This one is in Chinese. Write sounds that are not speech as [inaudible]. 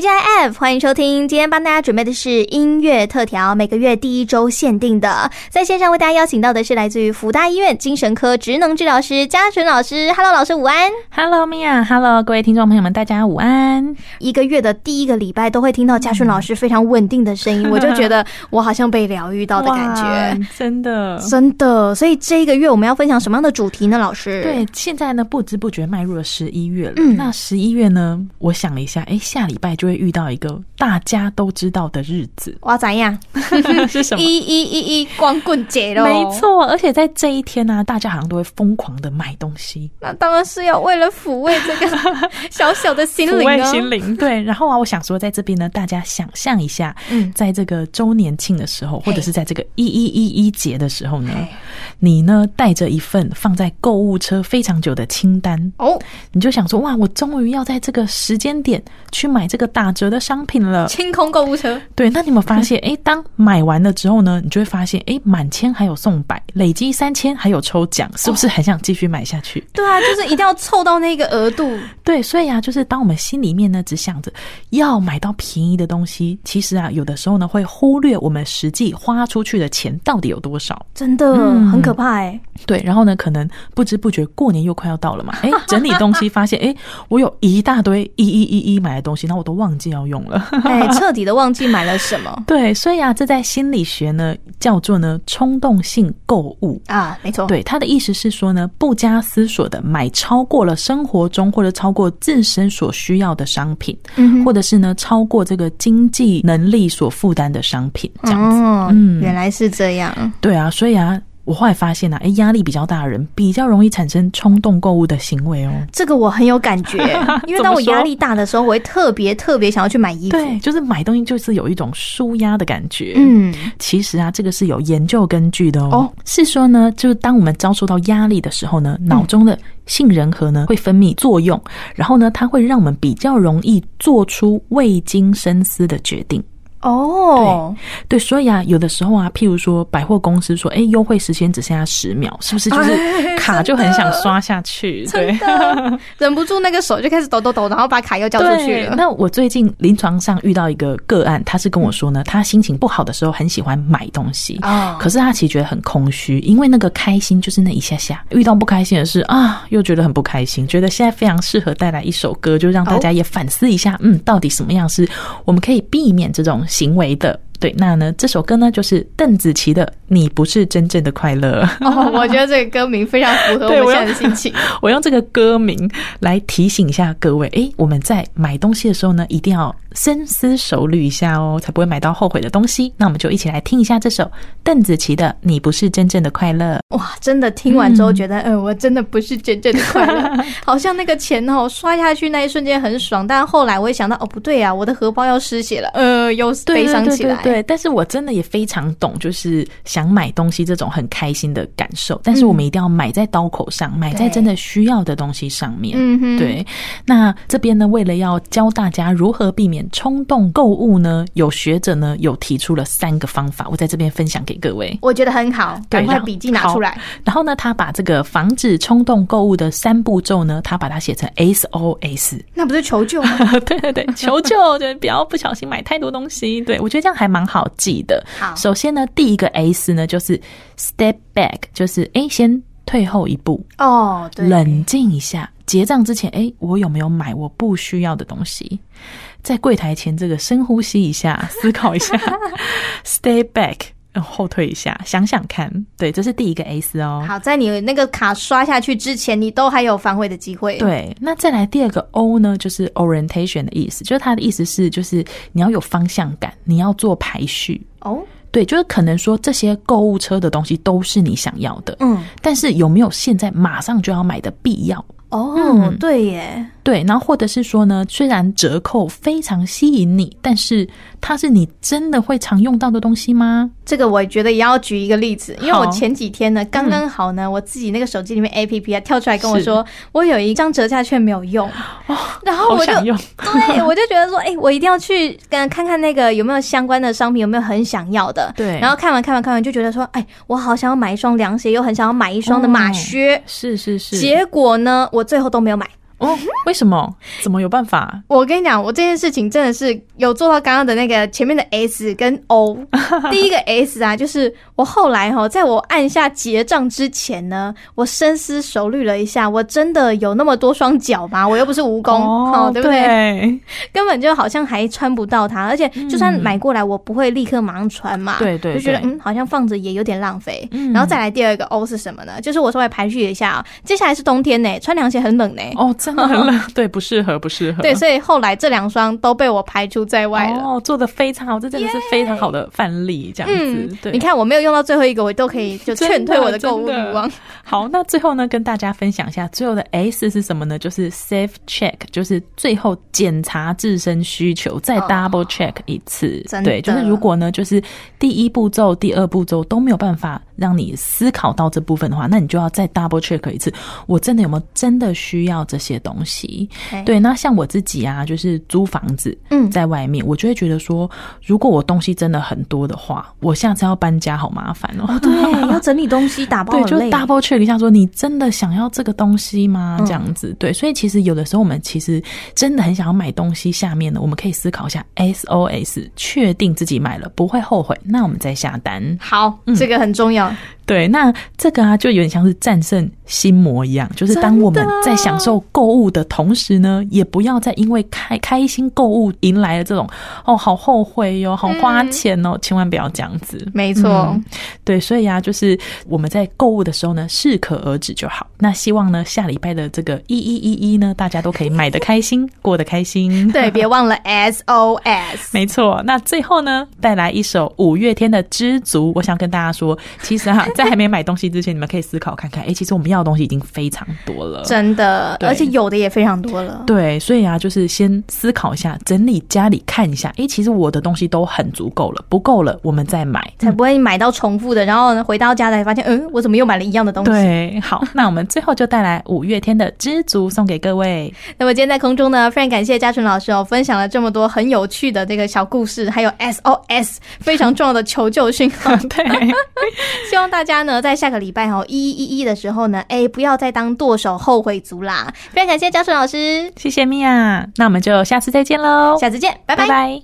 TGIF，欢迎收听。今天帮大家准备的是音乐特调，每个月第一周限定的。在线上为大家邀请到的是来自于福大医院精神科职能治疗师嘉纯老师。Hello，老师午安。 Hello Mia，Hello 各位听众朋友们，大家午安。一个月的第一个礼拜都会听到嘉纯 [laughs] 老师非常稳定的声音，我就觉得我好像被疗愈到的感觉，嗯哇，真的。真的。所以这一个月我们要分享什么样的主题呢？老师，对，现在呢，不知不觉迈入了十一月了。嗯那十一月呢，我想了一下，哎，下礼拜就会遇到一个大家都知道的日 [laughs]，子哇，怎样？是什么？一一一一光棍节喽！没，错，而且在这一天呢、大家好像都会疯狂的买东西，那当然是要为了抚慰这个小小的心抚灵慰啊。心灵。 [laughs] 对，然后啊，我想说，在这边呢，大家想象一下，嗯在这个周年庆的时候，或者嘿是在这个一一一一节的时候呢嘿，你呢带着一份放在购物车非常久的清单，哦，你就想说，哇，我终于要在这个时间点去买这个打折的商品了。 [laughs] 清空购物车，对，那你有没有发 [laughs] 现，诶，当买完了之后呢，你就会发现，诶，满千还有送百，累积三千还有抽奖，是不是很想继续买下去？对啊，就是一定要凑到那个额 [laughs] 度，对，所以啊，就是当我们心里面呢只想着要买到便宜的东西，其实啊，有的时候呢会忽略我们实际花出去的钱到底有多少。真的、嗯很可怕哎、 [laughs] 对，然后呢，可能不知不觉过年又快要到 [laughs] 了嘛，哎，整理东西发现，哎，我有一大堆一一一一买的东西，那我都忘记要用了。 [laughs] 哎、彻底的忘记买了什么对，所以啊，这在心理学呢叫做呢冲动性购物。 [laughs] 啊？没错，对，他的意思是说呢，不加思索的买超过了生活中或者超过自身所需要的商品，嗯或者是呢超过这个经济能力所负担的商品，这样子。哦，嗯原来是这样，对啊，所以啊，我后来发现啊，哎，压力比较大的人比较容易产生冲动购物的行为哦。这个我很有感 [laughs] 觉，因为当我怎么说压力大的时候，我会特别特别想要去买衣服，对，就是买东西就是有一种舒压的感觉。。嗯，其实啊，这个是有研究根据的哦。哦嗯是说呢，就是当我们遭受到压力的时候呢，脑中的杏仁核呢会分泌作用，然后呢，它会让我们比较容易做出未经深思的决定。哦，对，所以啊，有的时候啊，譬如说百货公司说，哎，优惠时间只剩下十秒，是不是就是哎卡就很想刷下去？对。忍不住那个手就开始抖抖抖，然后把卡又交出去对，了。那我最近临床上遇到一个个案，他是跟我说呢，他心情不好的时候很喜欢买东西，哦可是他其实觉得很空虚，因为那个开心就是那一下下，遇到不开心的事啊，又觉得很不开心，觉得现在非常适合带来一嗯首歌，就让大家也反思一下，嗯，到底什么样是我们可以避免这种行为的。对，那呢，这首歌呢就是邓紫棋的《你不是真正的快乐》。 [laughs] [laughs] 哦，我觉得这个歌名非常符合对我我们现要在的心情。我用这个歌名来提醒一下各位，诶，我们在买东西的时候呢，一定要深思熟虑一下哦，才不会买到后悔的东西。那我们就一起来听一下这首邓紫棋的《你不是真正的快乐》。哇，真的听完之后觉得，嗯、我真的不是真正的快 [laughs] 乐，好像那个钱哦刷下去那一瞬间很爽，但后来我也想到，哦不对啊，我的荷包要失血了， [laughs] 呃，又悲伤起来。对，但是我真的也非常懂，就是想买东西这种很开心的感受，但是我们一定要买在刀口上，买在真的需要的东西上面。嗯哼，，对，那这边呢，为了要教大家如何避免冲动购物呢，有学者呢有提出了三个方法，我在这边分享给各位。我觉得很好，对赶快然后笔记拿出来。然后呢，他把这个防止冲动购物的三步骤呢，他把它写成 SOS。那不是求救吗？ [laughs] 对对对，求救，就是不要不小心买太多东西。对我觉得这样还蛮好记的。好首先呢，第一个 S 呢就是 step back，就是诶先退后一步， [laughs] 哦，对，冷静一下。结账之前，诶，我有没有买我不需要的东西？在柜台前，这个深呼吸一下，思考一 [laughs] 下 [laughs] ，stay back，呃后退一下，想想看。对，这是第一个 S 哦。好，在你那个卡刷下去之前，你都还有反悔的机会。，对，那再来第二个 O 呢，就是 orientation 的意思，就是它的意思是，就是你要有方向感，你要做排序。哦，对，就是可能说这些购物车的东西都是你想要的，嗯，但是有没有现在马上就要买的必要？哦，对耶，对，然后或者是说呢，虽然折扣非常吸引你，但是它是你真的会常用到的东西吗？这个我觉得也要举一个例子，因为好嗯我前几天呢，刚刚好呢，我自己那个手机里面 A P P 啊跳出来跟我是哦说，我有一张折价券没有用，然后好哦我就想用， [laughs] 对我就觉得说，哎、我一定要去跟看看那个有没有相关的商品，有没有很想要的。对然后看完看完看完就觉得说，哎、我好想要买一双凉鞋，又很想要买一双的马靴，哦是是是，结果呢，我最后都没有买。哦，为什么？怎么有办法？我跟你讲，我这件事情真的是有做到刚刚的那个前面的 S 跟 [laughs] O。第一个 S 啊，就是我后来哈，在我按下结账之前呢，我深思熟虑了一下，我真的有那么多双脚吗？我又不是蜈蚣，哦，对不对？对？嗯根本就好像还穿不到它，而且就算买过来，我不会立刻马上穿嘛。对对就觉得对嗯，好像放着也有点浪费。嗯然后再来第二个 O 是什么呢？就是我稍微排序了一下啊、接下来是冬天呢、穿凉鞋很冷呢、哦，真的 [laughs] 很冷，对，不适合，不适 [laughs] 合。对，所以后来这两双都被我排除在外了。哦，做的非常好，这真的是非常好的范例，这样子。对，嗯你看我没有用到最后一个，我都可以就劝退我的购物真的欲 [laughs] 望。好，那最后呢，跟大家分享一下，最后的 S 是什么呢？就是 safe check，就是最后检查自身需求，再哦 double check 一次。真的对，就是如果呢，就是第一步骤、第二步骤都没有办法让你思考到这部分的话，那你就要再 double check 一次，我真的有没有真的需要这些东西？哎对，那像我自己啊，就是租房子，嗯在外面，我就会觉得说，如果我东西真的很多的话，我下次要搬家好麻烦哦。对，要整理东西，嗯打包对，就很累。 double check 一下，说你真的想要这个东西吗？这样子，对，所以其实有的时候我们其实真的很想要买东西，下面呢，我们可以思考一下 SOS，确定自己买了不会后悔，那我们再下单。好，嗯这个很重要。对，那这个啊，就有点像是战胜心魔一样，就是当我们在享受购物的同时呢，也不要再因为开开心购物迎来了这种哦，好后悔哟、好花钱哦，千万不要这样子。没错嗯对，所以啊，就是我们在购物的时候呢，适可而止就好。那希望呢，下礼拜的这个一一一一呢，大家都可以买的开心，过得 [laughs] 开心。对，别忘了 SOS。没错，那最后呢，带来一首五月天的《知足》。我想跟大家说，其 [laughs] 实哈、在还没买东西之前，你们可以思考看看，诶，其实我们要的东西已经非常多了。真的，呃对而且有的也非常多了。对，所以啊，就是先思考一下，整理家里看一下，诶，其实我的东西都很足够了，不够了我们再买。才不会买到重复的，然后呢，回到家才发现，嗯，我怎么又买了一样的东西？对，好，那我们最后就带来五月天的《知足》送给 [laughs] 各位。那么今天在空中呢，非常感谢嘉纯老师哦，分享了这么多很有趣的这个小故事，还有 SOS 非常重要的求救讯号。对，希望大家呢，在下个礼拜哦一一一的时候呢，哎，不要再当剁手后悔族啦。非常感谢嘉纯老师，谢谢米娅，那我们就下次再见喽，下次见，拜拜拜拜